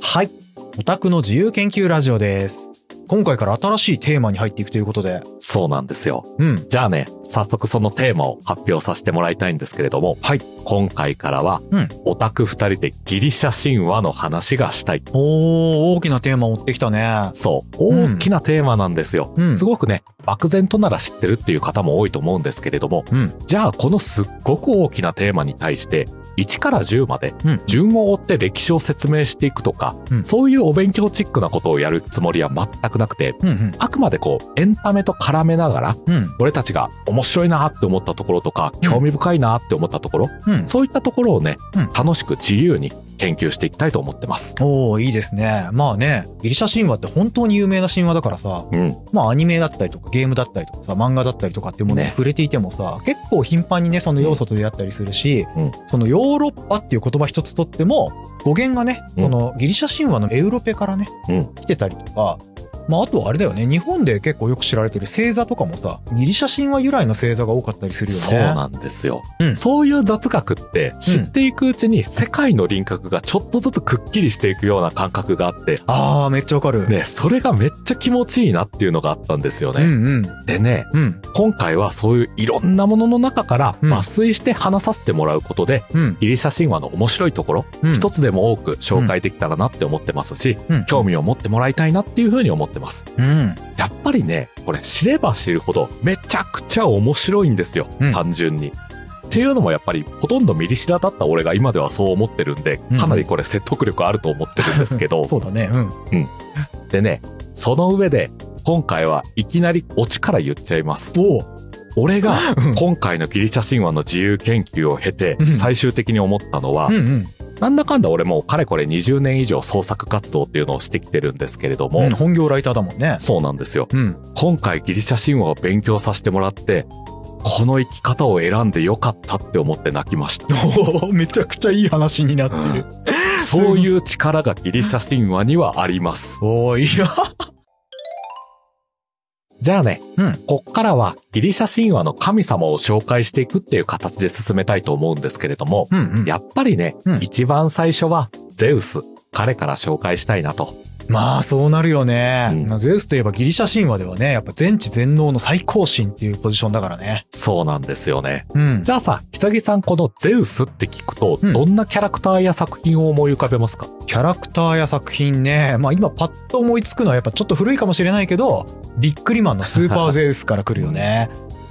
はい。オタクの自由研究ラジオです。今回から新しいテーマに入っていくということで。そうなんですよ。うん。じゃあね、早速そのテーマを発表させてもらいたいんですけれども、はい今回からは、うんオタク二人でギリシャ神話の話がしたい。おー、大きなテーマ持ってきたね。そう、うん大きなテーマなんですよ。うんすごくね、漠然となら知ってるっていう方も多いと思うんですけれども、うん。じゃあこのすっごく大きなテーマに対して、1から10までうん。順を追って歴史を説明していくとか、うんそういうお勉強チックなことをやるつもりは全くなくて、うん。うん。あくまでこう、エンタメと絡めながら、うん。俺たちが面白いなって思ったところとか、興味深いなって思ったところ、うん。そういったところをね、うん楽しく自由に研究していきたいと思ってます。おー、いいですね。まあね、ギリシャ神話って本当に有名な神話だからさ、うん。まあアニメだったりとかゲームだったりとかさ、漫画だったりとかっていうものにね触れていてもさ、結構頻繁にね、その要素と出会ったりするし、うんそのヨーロッパっていう言葉一つとっても、語源がね、うんそのギリシャ神話のエウロペからね、うん来てたりとか、まああとはあれだよね、日本で結構よく知られてる星座とかもさ、ギリシャ神話由来の星座が多かったりするよね。そうなんですよ、うんそういう雑学って知っていくうちに世界の輪郭がちょっとずつくっきりしていくような感覚があって、ああ、めっちゃわかる。ね、それがめっちゃ気持ちいいなっていうのがあったんですようね。んうん。でね、うん今回はそういういろんなものの中からうん抜粋して話させてもらうことで、うん。ギリシャ神話の面白いところ、うん一つでも多く紹介できたらなって思ってますし、うん興味を持ってもらいたいなっていうふうに思ってます。うん。やっぱりね、これ知れば知るほどめちゃくちゃ面白いんですよ、うん単純に。っていうのもやっぱりほとんどミリ知らだった俺が今ではそう思ってるんでうん、かなりこれ説得力あると思ってるんですけど、 そうだね。うん。でね、その上で今回はいきなりオチから言っちゃいます。おう俺がうん今回のギリシャ神話の自由研究を経てうん最終的に思ったのはうん、うんなんだかんだ俺もうかれこれ20年以上創作活動っていうのをしてきてるんですけれども、うん。本業ライターだもんね。そうなんですよ。うん。今回ギリシャ神話を勉強させてもらって、この生き方を選んでよかったって思って泣きました。おーめちゃくちゃいい話になってる。そういう力がギリシャ神話にはあります。おーいや。じゃあね、うんこっからはギリシャ神話の神様を紹介していくっていう形で進めたいと思うんですけれども、うんうん。やっぱりね、うん一番最初はゼウス、彼から紹介したいなと。まあ、そうなるよね。うんまあゼウスといえばギリシャ神話ではね、やっぱ全知全能の最高神っていうポジションだからね。そうなんですよね。うん。じゃあさ、ひさぎさん、このゼウスって聞くと、うんどんなキャラクターや作品を思い浮かべますか、キャラクターや作品ね、まあ今パッと思いつくのはやっぱちょっと古いかもしれないけど、ビックリマンのスーパーゼウスから来るよ ね。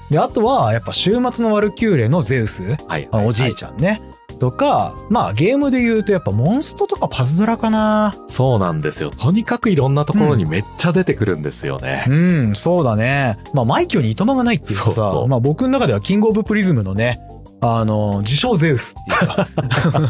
で、あとはやっぱ週末のワルキューレのゼウス、はいまあおじいちゃんね。とか、まあゲームで言うとやっぱモンストとかパズドラかな。そうなんですよ。とにかくいろんなところにめっちゃ出てくるんですよね。うん、そうだね。まあ、マイキョにいとまがないっていうかさ、そうそうまあ僕の中ではキングオブプリズムのね、あの、自称ゼウスっていうか、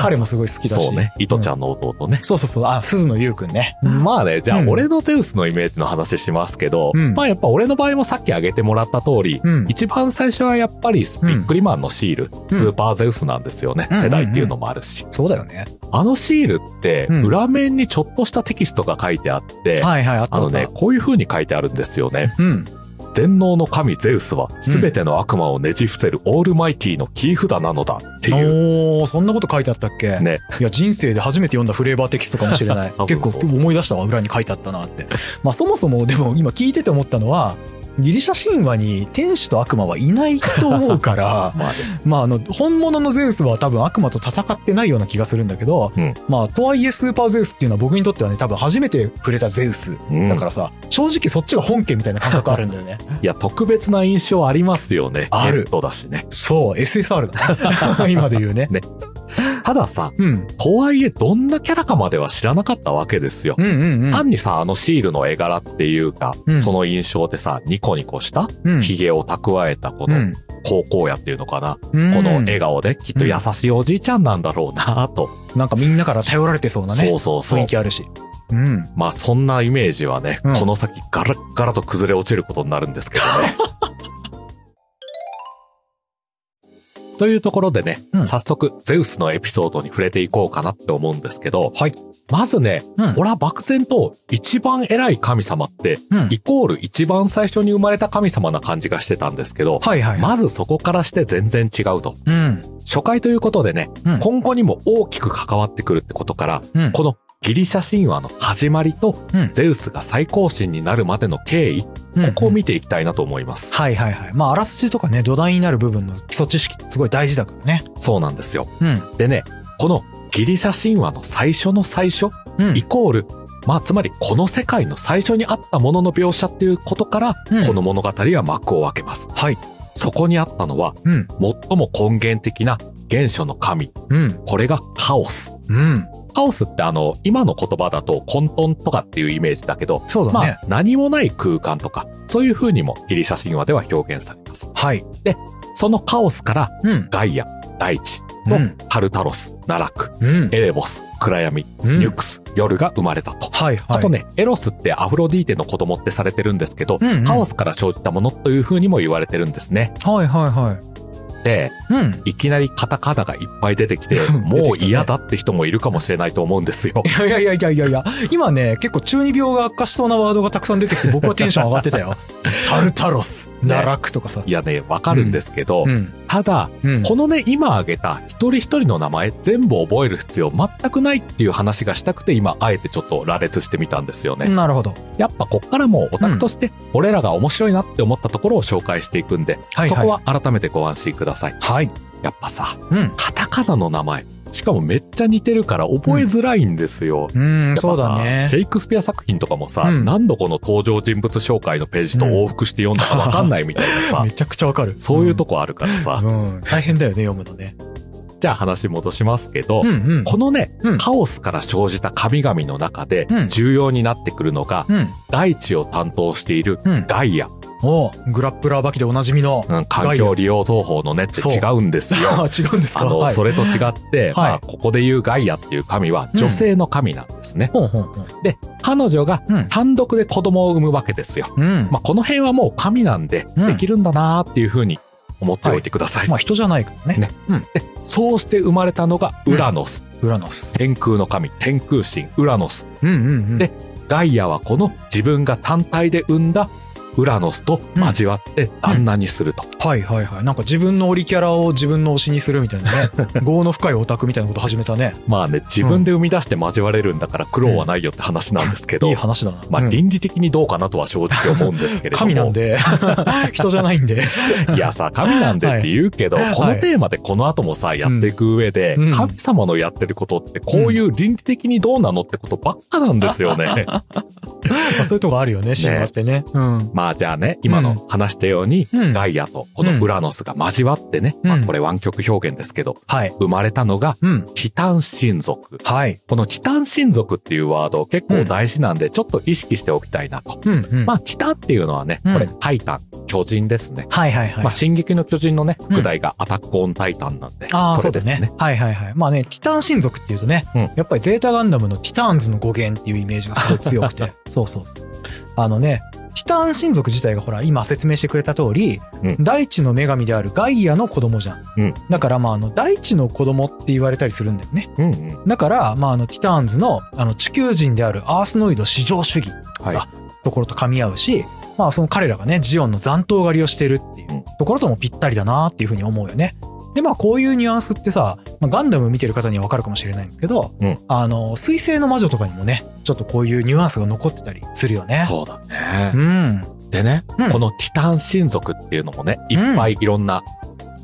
彼もすごい好きだし。そうね。糸ちゃんの弟ね。そうそうそう、あ、鈴野優くんね。まあね、じゃあうん俺のゼウスのイメージの話しますけど、うんまあやっぱ俺の場合もさっき挙げてもらった通り、うん。一番最初はやっぱりスピックリマンのシール、スーパーゼウスなんですよね、うん世代っていうのもあるし。そうだよね。あのシールってうん裏面にちょっとしたテキストが書いてあって、はいはい、あったああのったね、こういう風に書いてあるんですよね。うん。全能の神ゼウスは全ての悪魔をねじ伏せるオールマイティの切り札なのだっていう。おー、そんなこと書いてあったっけね。いや、人生で初めて読んだフレーバーテキストかもしれない多。分結構そう思い出したわ、裏に書いてあったなって。まあそもそも、でも今聞いてて思ったのは、ギリシャ神話に天使と悪魔はいないと思うから、まあねまあ、あの本物のゼウスは多分悪魔と戦ってないような気がするんだけど、うんまあとはいえスーパーゼウスっていうのは僕にとってはね多分初めて触れたゼウスうんだからさ、正直そっちが本家みたいな感覚あるんだよ ねいや、特別な印象ありますよね。あるヘッドだしね。そう SSR だね 今で言うねたださ、うんとはいえどんなキャラかまでは知らなかったわけですよ。うんうんうん単にさ、あのシールの絵柄っていうか、うんその印象でさ、ニコニコした、うん髭を蓄えたこうのん高校野っていうのかな、うんこの笑顔できっと優しいおじいちゃんなんだろうなと。なんかみんなから頼られてそうなそねうそうそ雰う囲。気あるしうんまあそんなイメージはね、うんこの先ガラッガラと崩れ落ちることになるんですけど ね。というところでね、うん早速ゼウスのエピソードに触れていこうかなって思うんですけど、はいまずね、うん俺は漠然と一番偉い神様って、うんイコール一番最初に生まれた神様な感じがしてたんですけど、はいはいまずそこからして全然違うと。うん初回ということでね、うん今後にも大きく関わってくるってことから、うんこのギリシャ神話の始まりと、うんゼウスが最高神になるまでの経緯、ここを見ていきたいなと思います。はいはいはい。まあ、あらすじとかね、土台になる部分の基礎知識、すごい大事だからね。そうなんですよ。うん。でね、このギリシャ神話の最初の最初、うんイ。コール、まあ、つまりこの世界の最初にあったものの描写っていうことから、うんこの物語は幕を開けます。はい。そこにあったのは、うん。最も根源的な原初の神。うん。これがカオス。うん。カオスってあの、今の言葉だと混沌とかっていうイメージだけど、そうだまねあ。、何もない空間とか、そういう風にもギリシャ神話では表現されます。はい。そのカオスから、うん。ガイア、大地うとん、タルタロス、奈落、うん。エレボス、暗闇、うんニュクス、夜が生まれたと。はいはい。あと。ね、エロスってアフロディーテの子供ってされてるんですけどうんうん、カオスから生じたものという風にも言われてるんですね。はいはいはい。で、うん。いきなりカタカナがいっぱい出て きて、もう嫌だって人もいるかもしれないと思うんですよ。いやいやいやいやいや、今ね、結構中二病が悪化しそうなワードがたくさん出てきて、僕はテンション上がってたよ。 タルタロス、奈落とかさ。いやね、わかるんですけど、うん。ただ、うん。このね、今挙げた一人一人の名前全部覚える必要全くないっていう話がしたくて、今、あえてちょっと羅列してみたんですよね。なるほど。やっぱこっからもオタクとして、俺らが面白いなって思ったところを紹介していくんで、はいはい。そこは改めてご安心ください。はい。やっぱさ、うん。カタカナの名前、しかもめっちゃ似てるから覚えづらいんですよ。うん、やっそぱうさだねシ。ェイクスピア作品とかもさ、うん何度この登場人物紹介のページと往復して読んだかわかんないみたいな さ、めちゃくちゃわかる。そういうとこあるからさ、うん。うん。大変だよね、読むのね。じゃあ話戻しますけど、うんうん。このね、うんカオスから生じた神々の中でうん重要になってくるのが、うん。大地を担当しているうん。ガイア、おうグラップラーバキでおなじみの。 うん環境利用投法のねってそう違うんですよ。あ違うんですかあの、はいそれと違っはて、いまあ、ここで言うガイアっていう神は女性の神なんですね。ほんほんほん。彼女がうん。単独で子供を産むわけですよ。うん。まあ、この辺はもう神なんでうんできるんだなーっていうふうに思っておいてください。まあ人じゃないからね。ねそうして生まれたのがウラノス、ウラノス。天空の神、天空神、ウラノス。うんうんうん。でガイアはこの自分が単体で産んだウラノスと交わって旦那にすると。はいはいはい。なんか自分のオリキャラを自分の推しにするみたい なね。業の深いオタクみたいなこと始めたね。まあね、自分で生み出して交われるんだから苦労はないよって話なんですけど、いい話だな。まうあん倫理的にどうかなとは正直思うんですけれども。神なんで。 人じゃないんで。いやさ、神なんでって言うけど、はいこのテーマでこの後もさ、やっていく上で、うん神様のやってることってこういう倫理的にどうなのってことばっかなんですよね。まあそういうとこあるよね、神話ってね。うん。 まあじゃあね、今の話したように、うんガイアとこのウラノスが交わってね、うんまあこれ湾曲表現ですけど、はい。生まれたのが、うん。ティタン神族。はい。このティタン神族っていうワード結構大事なんで、ちょっと意識しておきたいなと。うんうん。まあ、ティタンっていうのはね、これ、うタイタン、巨人ですね。はいはいはい。まあ、進撃の巨人のね、ん副題がアタックオンタイタンなんで、ああ、そそれうでですすねね。。はいはいはい。まあね、ティタン神族っていうとね、うんやっぱりゼータガンダムのティターンズの語源っていうイメージがすごい強く て。そうそうそう。あのね、ティターン神族自体がほら、今説明してくれた通り、うん大地の女神であるガイアの子供じゃん。うんだからまあ、あの、大地の子供って言われたりするんだよね。うんうん。だから、まあ、あの、ティターンズの、あの、地球人であるアースノイド至上主義さ、はいところと噛み合うし、まあ、その彼らがね、ジオンの残党狩りをしてるっていうんうところともぴったりだなっていうふうに思うよね。で、まあ、こういうニュアンスってさ、まあ、ガンダム見てる方にはわかるかもしれないんですけど、うんあの、水星の魔女とかにもね、ちょっとこういうニュアンスが残ってたりするよね。そうだね。うん。でね、うんこのティタン神族っていうのもね、いっぱいいろんな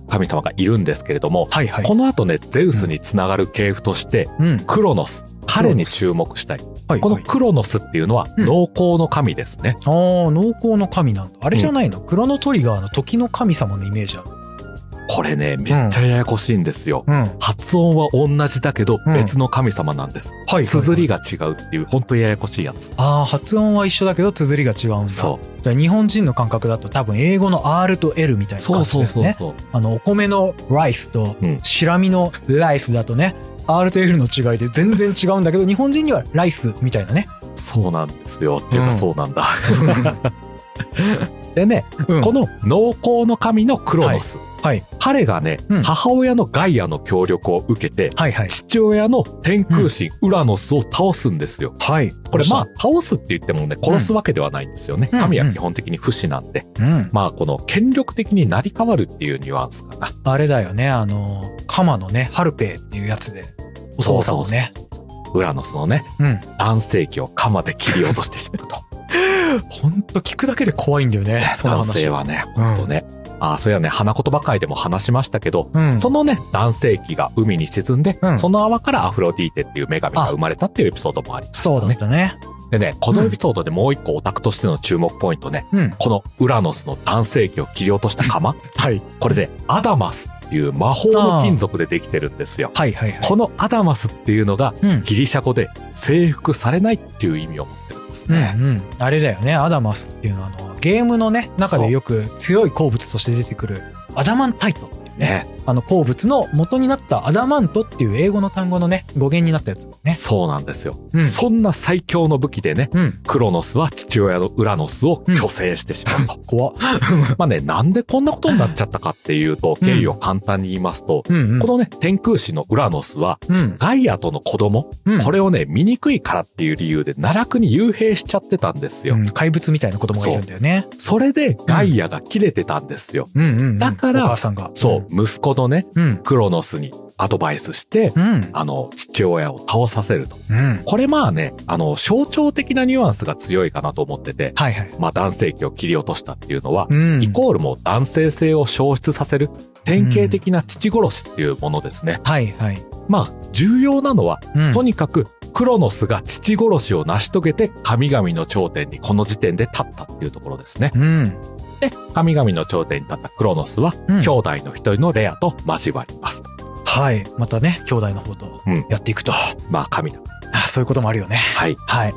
神様がいるんですけれども、はいはい。この後ね、ゼウスにつながる系譜として、うん。クロノス、彼に注目したい。はい、このはい。クロノスっていうのは、うん農耕の神ですね。ああ、濃厚の神なんだ。あれじゃないの、クロノトリガーの時の神様のイメージある。これね、めっちゃややこしいんですよ。うん。はい発音は同じだけどうん別の神様なんです。はいはい。綴りが違うっていう、本当ややこしいやつ。ああ、発音は一緒だけど、綴りが違うんだ。。そう。じゃあ、日本人の感覚だと多分、英語の R と L みたいうなそ感うじだよそうね。そうそう。あの、お米のライスとうん、シラミのライスだとね、R と L の違いで全然違うんだけど、日本人にはライスみたいなね。そうなんですよ。っていううかんそうなんだ。でね、うん この農耕の神のクロノス。はい。彼がね、うん母親のガイアの協力を受けて、はいはい。父親の天空神ウラノスを倒すんですよ。はい。これまあど倒すって言ってもね、殺すわけではないんですよね。うん神は基本的に不死なんで。うした、うん。まあこの権力的になり変わるっていうニュアンスかな。あれだよね、あの、カマのね、ハルペイっていうやつで、お父さんをね、ウラノスのね、うん男性器を鎌で切り落としてしまうと。ほんと聞くだけで怖いんだよね、その男話。性はね、ほんとね。ああ、そういやね、花言葉会でも話しましたけど、うん。そのね、男性器が海に沈んで、うんその泡からアフロディーテっていう女神が生まれたっていうエピソードもあり。そうだったね。でね、このエピソードでもう一個オタクとしての注目ポイントね、うん。このウラノスの男性器を切り落とした釜、 はい。これでアダマスっていう魔法の金属でできてるんですよ。はいはいはい。このアダマスっていうのがうん。ギリシャ語で征服されないっていう意味を持ってるんですうんうね。ん、あれだよねアダマスっていうのはあのゲームのね中でよく強い鉱物として出てくるアダマンタイトっていうねねあの鉱物の元になったアダマントっていう英語の単語のね語源になったやつだよね。そうなんですよ、うんそんな最強の武器でね、うん、クロノスは父親のウラノスを虚勢してしまうと。怖っ。まあね、なんでこんなことになっちゃったかっていうと、うん経緯を簡単に言いますと、うんうんこのね、天空使のウラノスは、うんガイアとの子供、うんこれをね、醜いからっていう理由で奈落に幽閉しちゃってたんですよ。うん怪物みたいな子供がいるんだよね。それでガイアが切れてたんですよ。うんうんうんだからお母さんが。そう、息子のね、うん。うん。クロノスにアドバイスして、うん。あの、父親を倒させると。うん。これまあね、あの、象徴的なニュアンスが強いかなと思ってて、はいはい。まあ男性器を切り落としたっていうのはう、ん。イコールもう男性性を消失させる、典型的な父殺しっていうものですね。はいはい。まあ、重要なのは、うんとにかく、クロノスが父殺しを成し遂げて、神々の頂点にこの時点で立ったっていうところですね。うん。で、神々の頂点に立ったクロノスは、うん兄弟の一人のレアと交わります。はい。またね、兄弟の方とうんやっていくと。まあ、神だ。あそういうこともあるよね。はい。はい。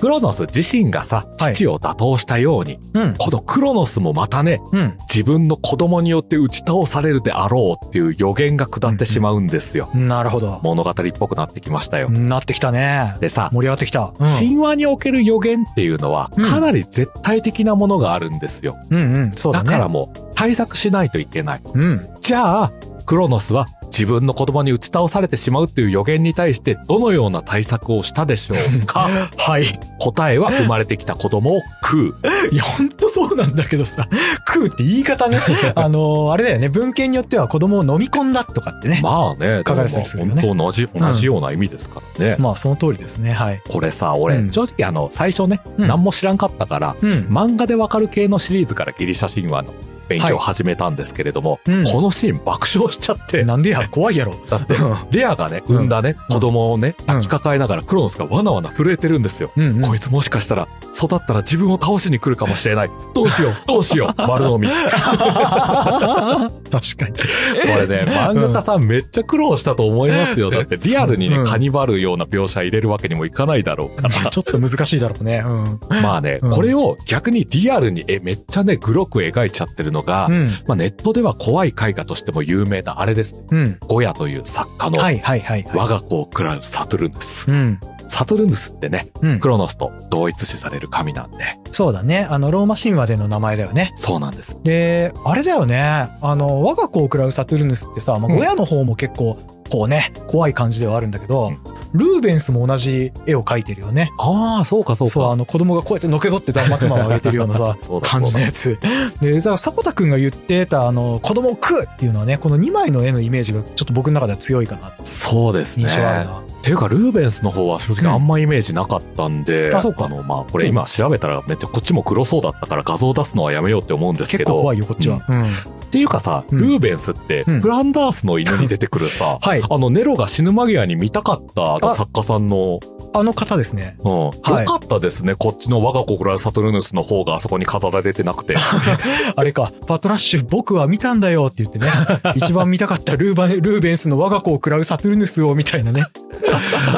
クロノス自身がさ、はい父を打倒したように、うん。このクロノスもまたね、うん。自分の子供によって打ち倒されるであろうっていう予言が下ってしまうんですよ。なるほど。物語っぽくなってきましたよ。なってきたね。でさ、盛り上がってきた。うん神話における予言っていうのは、うんかなり絶対的なものがあるんですよ。うんうん。そうだだね。からもう、対策しないといけない。うん。じゃあ、クロノスは自分の子供に打ち倒されてしまうっていう予言に対して、どのような対策をしたでしょ うかはい。答えは生まれてきた子供を食う。いや、ほんとそうなんだけどさ、食うって言い方 ね。あのー、あれだよね。文献によっては子供を飲み込んだとかってね。ままあね、 書かれてたりするよね本当同じ、同じような意味ですからね。あ、その通りですね。はい。これさ、俺、うん正直あの、最初ね、うん何も知らんかったから、うん。漫画でわかる系のシリーズからギリシャ神話の勉強を始めたんですけれども、うんこのシーン爆笑しちゃって、なんでや、怖いやろ。だって、レアがね、うん産んだね、子供をね、うん抱きかかえながらクロノスがわなわな震えてるんですよ。うんうん。こいつもしかしたら、育ったら自分を倒しに来るかもし れない。どうしよう、どうしよう、丸飲み。こ確かに。れね、漫画家さんめっちゃ苦労したと思いますよ。だってリアルにうね、んカニバルような描写入れるわけにもいかないだろうから。ちょっと難しいだろうね。うん。まあね、うんこれを逆にリアルに、え、めっちゃね、グロく描いちゃってるのが、うん。まあネットでは怖い絵画としても有名なあれです。うん。ゴヤという作家の、はいはいはい。我が子を喰らうサトゥルヌスう。ん。サトゥルヌスってね、うんク。ロノスと同一視される神なんで、そうだね。あの、ローマ神話での名前だよね。そうなんです。で、あれだよね。あの、我が子を食らうサトゥルヌスってさ、まあ、うんゴヤの方も結構、こうね、怖い感じではあるんだけど、ルーベンスも同じ絵を描いてるよね。ああ、そうかそそううか。、あの、子供がこうやってのけぞって断末魔を上げてるようなさ そうだそうだ感じのやつ。で、さ、迫田くんが言ってた、あの、子供を食うっていうのはね、この2枚の絵のイメージがちょっと僕の中では強いかなってそうです印ね。象あるな。っていうか、ルーベンスの方は正直あんまイメージなかったんで、うんあそうかの、まあ、これ今調べたらめっちゃこっちも黒そうだったから画像出すのはやめようって思うんですけ結ど、構怖いよ、こっちは。うん。っていうかさ、うんルーベンスって、うん、フランダースの犬に出てくるさ はいあの、ネロが死ぬ間際に見たかったあのあ作家さんの、あの方ですね。うん、はいよかったですね、こっちの我が子からサトルヌスの方があそこに飾られて なくて。あれか、パトラッシュ、僕は見たんだよって言 ってね、一番見たかったルーバンルーベンスの我が子を食らうサトゥルヌスをみたいなね、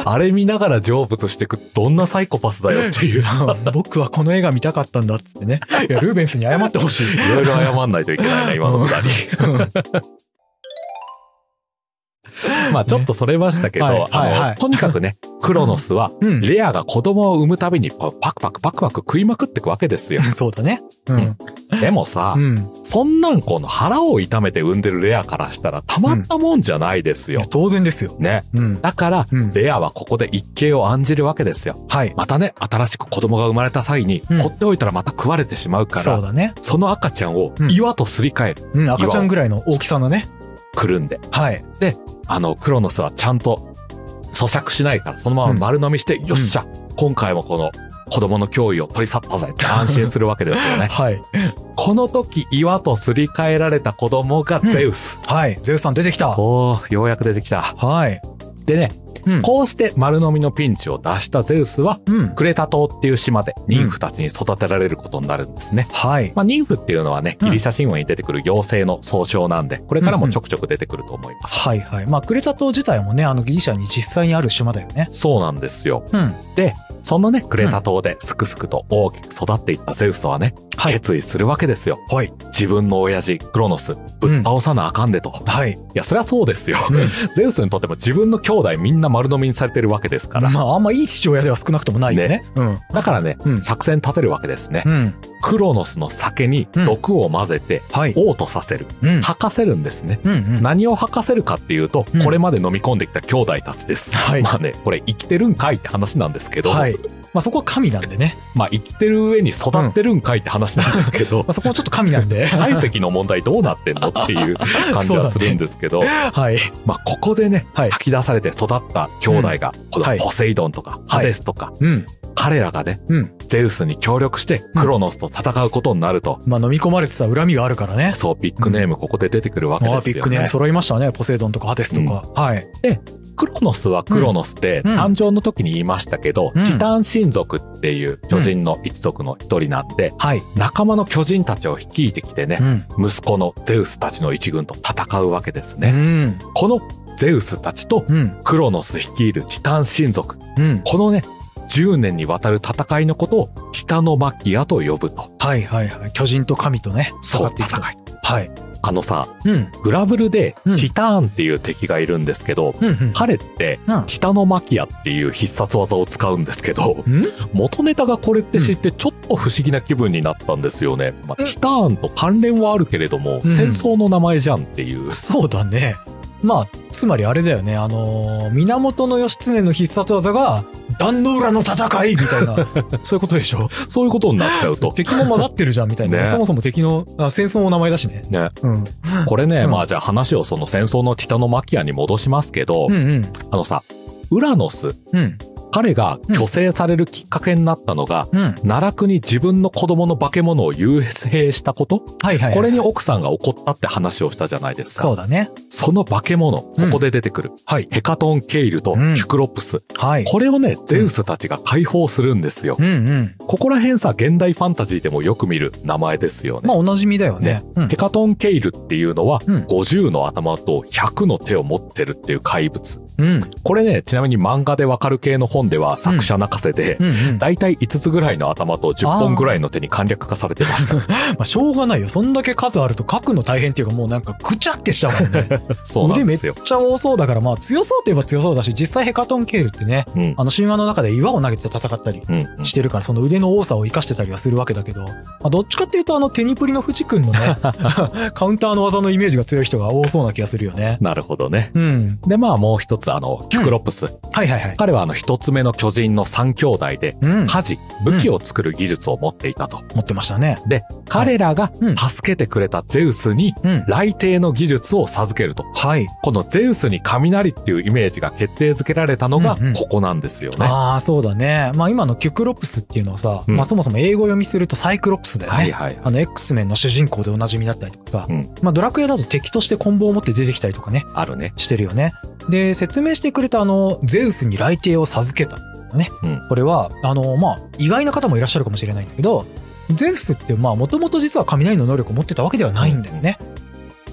あれ見ながら成仏してく、どんなサイコパスだよっていう。僕はこの映画見たかったんだっつってね、いや、ルーベンスに謝ってほしい。いろいろ謝んないといけないな、今のくだり。 まあちょっとそれましたけど、はいあの、はいはいとにか くね、クロノスは、うん。。レアが子供を産むたびにこうパクパクパクパク食いまくってくわけですよそうだね。うん。でもさ、うん。そんなんこの腹を痛めて産んでるレアからしたらたまったもんじゃないですいやよ。当然ですよ。ね。うん。だから、うんレアはここで一計を案じるわけですよ。はい。またね、新しく子供が生まれた際に、うん放っておいたらまた食われてしまうかそうら、だね。その赤ちゃんをうん岩とすり替える、うん、赤ちゃんぐらいの大きさのね。くるんで。はい。あの、クロノスはちゃんと、咀嚼しないから、そのまま丸飲みして、よっしゃ、今回もこの子供の脅威を取り去ったぜって安心するわけですよ ね。はい。この時、岩とすり替えられた子供がゼウス。はい。ゼウスさん出てきた。おーようやく出てきた。はい。でね、うん。こうして丸飲みのピンチを脱したゼウスは、うん。クレタ島っていう島で妊婦たちに育てられることになるんですね。はい。まあ、妊婦っていうのはね、うんギリシャ神話に出てくる行政の総称なんで、これからもちょくちょく出てくると思います。はいはい。まあ、クレタ島自体もね、あの、ギリシャに実際にある島だよね。そうなんですよ。うん。で、そのね、クレタ島ですくすくと大きく育っていったゼウスはね、はい決意するわけですよ。はい。自分の親父、クロノス、ぶっ倒さなあかんでと。いはい。や、そりゃそうですよ。 ゼウスにとっても自分の兄弟みんな丸飲みにされてるわけですから。まあ、あんまいい父親では少なくともないよね。うん。だからね、うん作戦立てるわけですね。うん。クロノスの酒に毒を混ぜて、はい。嘔吐させる。うん。吐かせるんですね。うんうん。何を吐かせるかっていうと、うんこれまで飲み込んできた兄弟たちです。はいまあね、これ生きてるんかいって話なんですけど、はい。まあ、そこは神なんでね。まあ生きてる上に育ってるんかいって話なんですけどまあ、、そこもちょっと神なん で。体積の問題どうなってんのって いう感じはするんですけど、はい。まあここでね、はい吐き出されて育った兄弟が、こはのいポセイドンとかハデスとか、うん。彼らがね、うん。ゼウスに協力してクロノスと戦うことになると、まあ、飲み込まれてた恨みがあるからね。そう、ビッグネームここで出てくるわけああ、でビすッよグネーねム。揃いましたね。ポセイドンとかハデスとか。はい。クロノスはクロノスで、うん誕生の時に言いましたけど、うんチタン神族っていう巨人の一族の一人なんで、はい。仲間の巨人たちを率いてきてねう、ん。息子のゼウスたちの一軍と戦うわけですうね。ん。このゼウスたちとうん。クロノス率いるチタン神族、うん。このね、10年にわたる戦いのことをチタノマキアと呼ぶと。はいはいはい。巨人と神とね、戦そう、っていくと。戦い。はい。あのさ、うん。グラブルでうんチターンっていう敵がいるんですけど、うん。うん。彼ってうんチタノマキアっていう必殺技を使うんですけど、うん元ネタがこれって知ってちょっと不思議な気分になったんですよね。まあ、うんチターンと関連はあるけれども、うん戦争の名前じゃんっていう。そうだね。まあ、つまりあれだよね。あのー源義経の必殺技が、壇の浦の戦いみたい な、そういうことでしょ。そういうことになっちゃうと。敵も混ざってるじゃんみたいな。ねそもそも敵の、あ戦争の名前だしね。ね、うん。これね、うんまあじゃあ話をその戦争のチタノマキアに戻しますけど、うんうん。あのさ、ウラノス、うん。彼が虚勢されるきっかけになったのが、うん。奈落に自分の子供の化け物を幽閉したこと、はいはい。これに奥さんが怒ったって話をしたじゃないですか。そうだね。その化け物、こうんこで出てくる、はい。ヘカトン・ケイルとうんキュクロプス。はい。これをね、ゼウスたちが解放するんですよ。うんうん。ここら辺さ、現代ファンタジーでもよく見る名前ですよね。まあ、おなじみだよねね。うんヘカトン・ケイルっていうのは、うん50の頭と100の手を持ってるっていう怪物。うん。これね、ちなみに漫画でわかる系の本では作者泣かせで、うんうん。まだいたい5つぐらいの頭と10本ぐらいの手に簡略化されてました。あ、しょうがないよ。そんだけ数あると書くの大変っていうか、もうなんかぐちゃってしちゃうもんね。 そうな腕んめでっすちよ。ゃ多そうだから、まあ強そうといえば強そうだし、実際ヘカトンケールってね、うん。あの神話の中で岩を投げて戦ったりうんうん、してるから、その腕の多さを生かしてたりはするわけだけど、まあ、どっちかっていうと、あのテニプリの藤君の ね、カウンターの技のイメージが強い人が多そうな気がするよね。なるほどね。うん。で、まあもう一つ、あの、キュクロプス。はいはいはい。彼はあの、一つ目の巨人の三兄弟で、うん。家事、武器を作る技術を持っていたと。持ってましたね。で、彼らがうん助けてくれたゼウスに、うん。雷帝の技術を授けると。はい。このゼウスに雷っていうイメージが決定づけられたのがうんうん、ここなんですよね。ああ、そうだね。まあ今のキュクロプスっていうのはさ、うんまあそもそも英語読みするとサイクロプスだよね。はいはいはい。あの X メンの主人公でおなじみだったりとかさ、うんまあドラクエだと敵としてコンボを持って出てきたりとかね、あるね。してるよね。で、説明してくれたあの、ゼウスに雷帝を授けた。ね。うんこれは、あの、まあ意外な方もいらっしゃるかもしれないんだけど、ゼウスってまあもともと実は雷の能力を持ってたわけではないんだよね。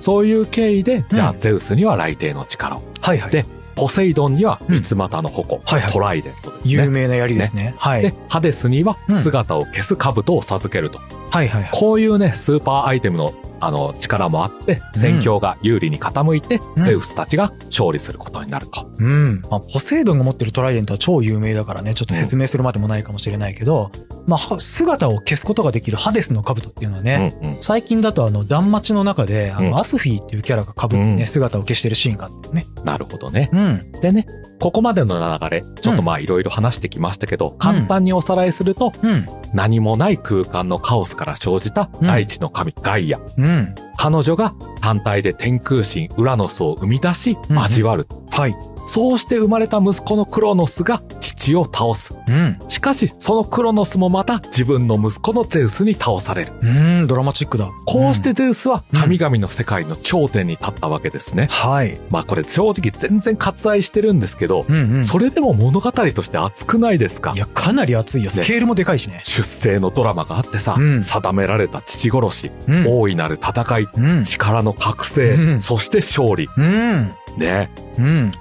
そういう経緯で、じゃあ、ゼウスには雷帝の力を。はいはい。でポセイドンには三つ股の矛、はいはいトライデントです有ね。名な槍ですね。はい。で、ハデスにはうん姿を消す兜を授けると。はいはいはい。こういうね、スーパーアイテムの、あの、力もあって、戦況が有利に傾いて、うんゼウスたちが勝利することになると。うん。まあ、ポセイドンが持ってるトライデントは超有名だからね、ちょっと説明するまでもないかもしれないけど、まあ、は姿を消すことができるハデスの兜っていうのはね、うんうん最近だとあの、断末の中で、あうんの、アスフィーっていうキャラが被ってね、うん姿を消してるシーンがあってね。なるほどね。うん。でね、ここまでの流れ、ちょっとまあいろいろ話してきましたけど、簡単におさらいすると、うん。何もない空間のカオスから生じた大地の神、ガイア。うん。彼女が単体で天空神ウラノスを生み出し、うん交わる。はい。そうして生まれた息子のクロノスが父を倒す。うん。しかし、そのクロノスもまた自分の息子のゼウスに倒される。うん、ドラマチックだ。こうしてん、ゼウスは神々の世界の頂点に立ったわけですね。はい。まあこれ正直全然割愛してるんですけど、うんうん。それでも物語として熱くないですかいや、かなり熱いよ。ねスケールもでかいしね。出生のドラマがあってさ、うん定められた父殺し、うん。大いなる戦い、うん。力の覚醒、うんそして勝利。うん。ね。うん。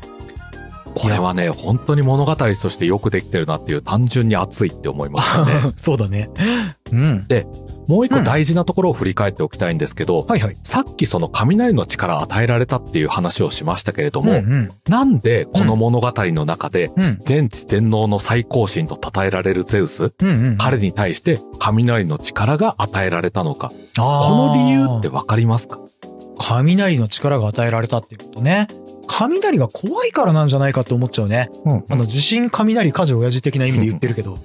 これはね、本当に物語としてよくできてるなっていう単純に熱いって思いましたね。 そうだね。うん。もう一う個ん大事なところを振り返っておきたいんですけど、はいはい。さっきその雷の力与えられたっていう話をしましたけれども、んなんでこの物語の中でうん。うん。全知全能の最高神と称えられるゼウス、うんうん。彼に対して雷の力が与えられたのか、こあーの理由ってわかりますか雷の力が与えられたっていうことね。雷が怖いからなんじゃないかって思っちゃうね。あの、地震、雷、火事、親父的な意味で言ってるけど。うん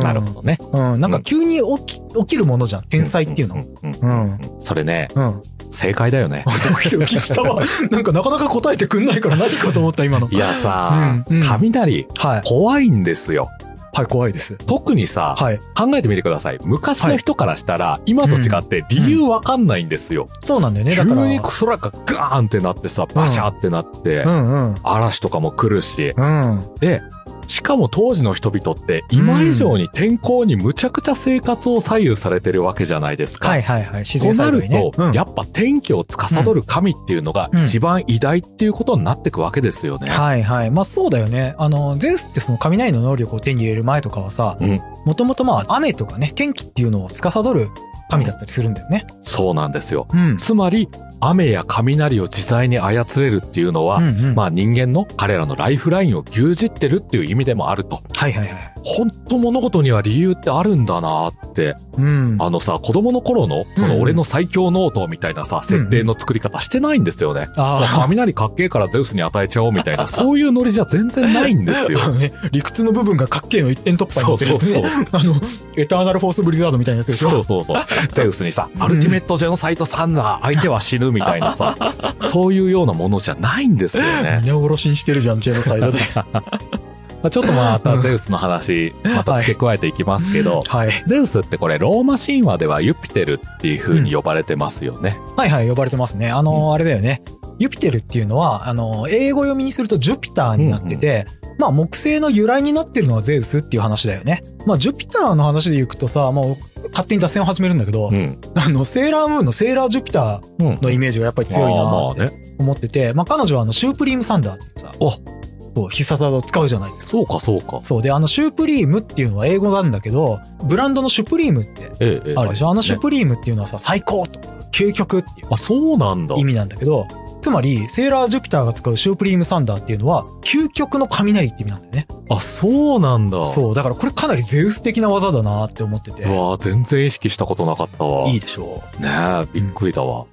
なるほどね。うん、なんか急に起き起きるものじゃん。天才っていうの。んんうん。うん。それね、ド正解だ よね。キドキしたわ。なんかなかなか答えてくんないから何かと思った今の。いやさ、うんうん雷、はい。怖いんですよ。はい、怖いです。特にさ、はい。考えてみてください。昔の人からしたら、今と違って理由わかんないんですよ。そうなんだよね。だ急から。に空がガーンってなってさ、バシャーってなって、うんうん。嵐とかも来るし。うん。で、しかも当時の人々って今以上に天候にむちゃくちゃ生活を左右されてるわけじゃないですか。はいはいはい。自然とな災る害ねと。、やっぱ天気を司る神っていうのがうん一番偉大っていうことになってくわけですよね。はいはい。まあそうだよね。あの、ゼウスってその雷の能力を手に入れる前とかはさうん、もともとまあ雨とかね、天気っていうのを司る神だったりするんだよね。そうなんですよ。うん。つまり、雨や雷を自在に操れるっていうのは、うんうんまあ人間の彼らのライフラインを牛耳ってるっていう意味でもあると。はいはいはい。本当物事には理由ってあるんだなって。うん。あのさ、子供の頃の、そうんのうん俺の最強ノートみたいなさ、設定の作り方してないんですよね。まああ雷かっけえからゼウスに与えちゃおうみた いな、そういうノリじゃ全然ないんですよ。あ、ね、理屈の部分がかっけえの一点突破にそなうってるそやうつそうね。。 あの、エターナルフォースブリザードみた いなやつでしょそうそ うそう。ゼウスにさ、アルティメットジェノサイト3な相手は死ぬみたいなさ、そういうようなものじゃないんですよね。皆殺しにしてるじゃん、ジェノサイドで。まあ、ちょっとまたゼウスの話、また付け加えていきますけど、はい。ゼウスってこれローマ神話ではユピテルっていう風に呼ばれてますよね。はいはい、呼ばれてますね。あの、あれだよね。ユピテルっていうのは、あの、英語読みにするとジュピターになってて、まあ、木星の由来になってるのはゼウスっていう話だよね。まあ、ジュピターの話でいくとさ、もう、勝手に脱線を始めるんだけど、うん。あの、セーラームーンのセーラージュピタうんーのイメージがやっぱり強いまなあまあね。と思ってて、まあ、彼女はあの、シュープリームサンダーっていうさ、おこう必殺技を使うじゃないですか。そうかそうか。そうで、あの、シュープリームっていうのは英語なんだけど、ブランドのシュプリームってええ、ええ。あるでしょあのシュねプリームっていうのはさ、最高とかさ、究極っていうあ、そうなんだ。意味なんだけど、つまり、セーラー・ジュピターが使うシュープリーム・サンダーっていうのは、究極の雷って意味なんだよね。あ、そうなんだ。う。そう、だからこれかなりゼウス的な技だなって思ってて、わー全然意識したことなかったわ。いいねでしょえ、びっくりだわ。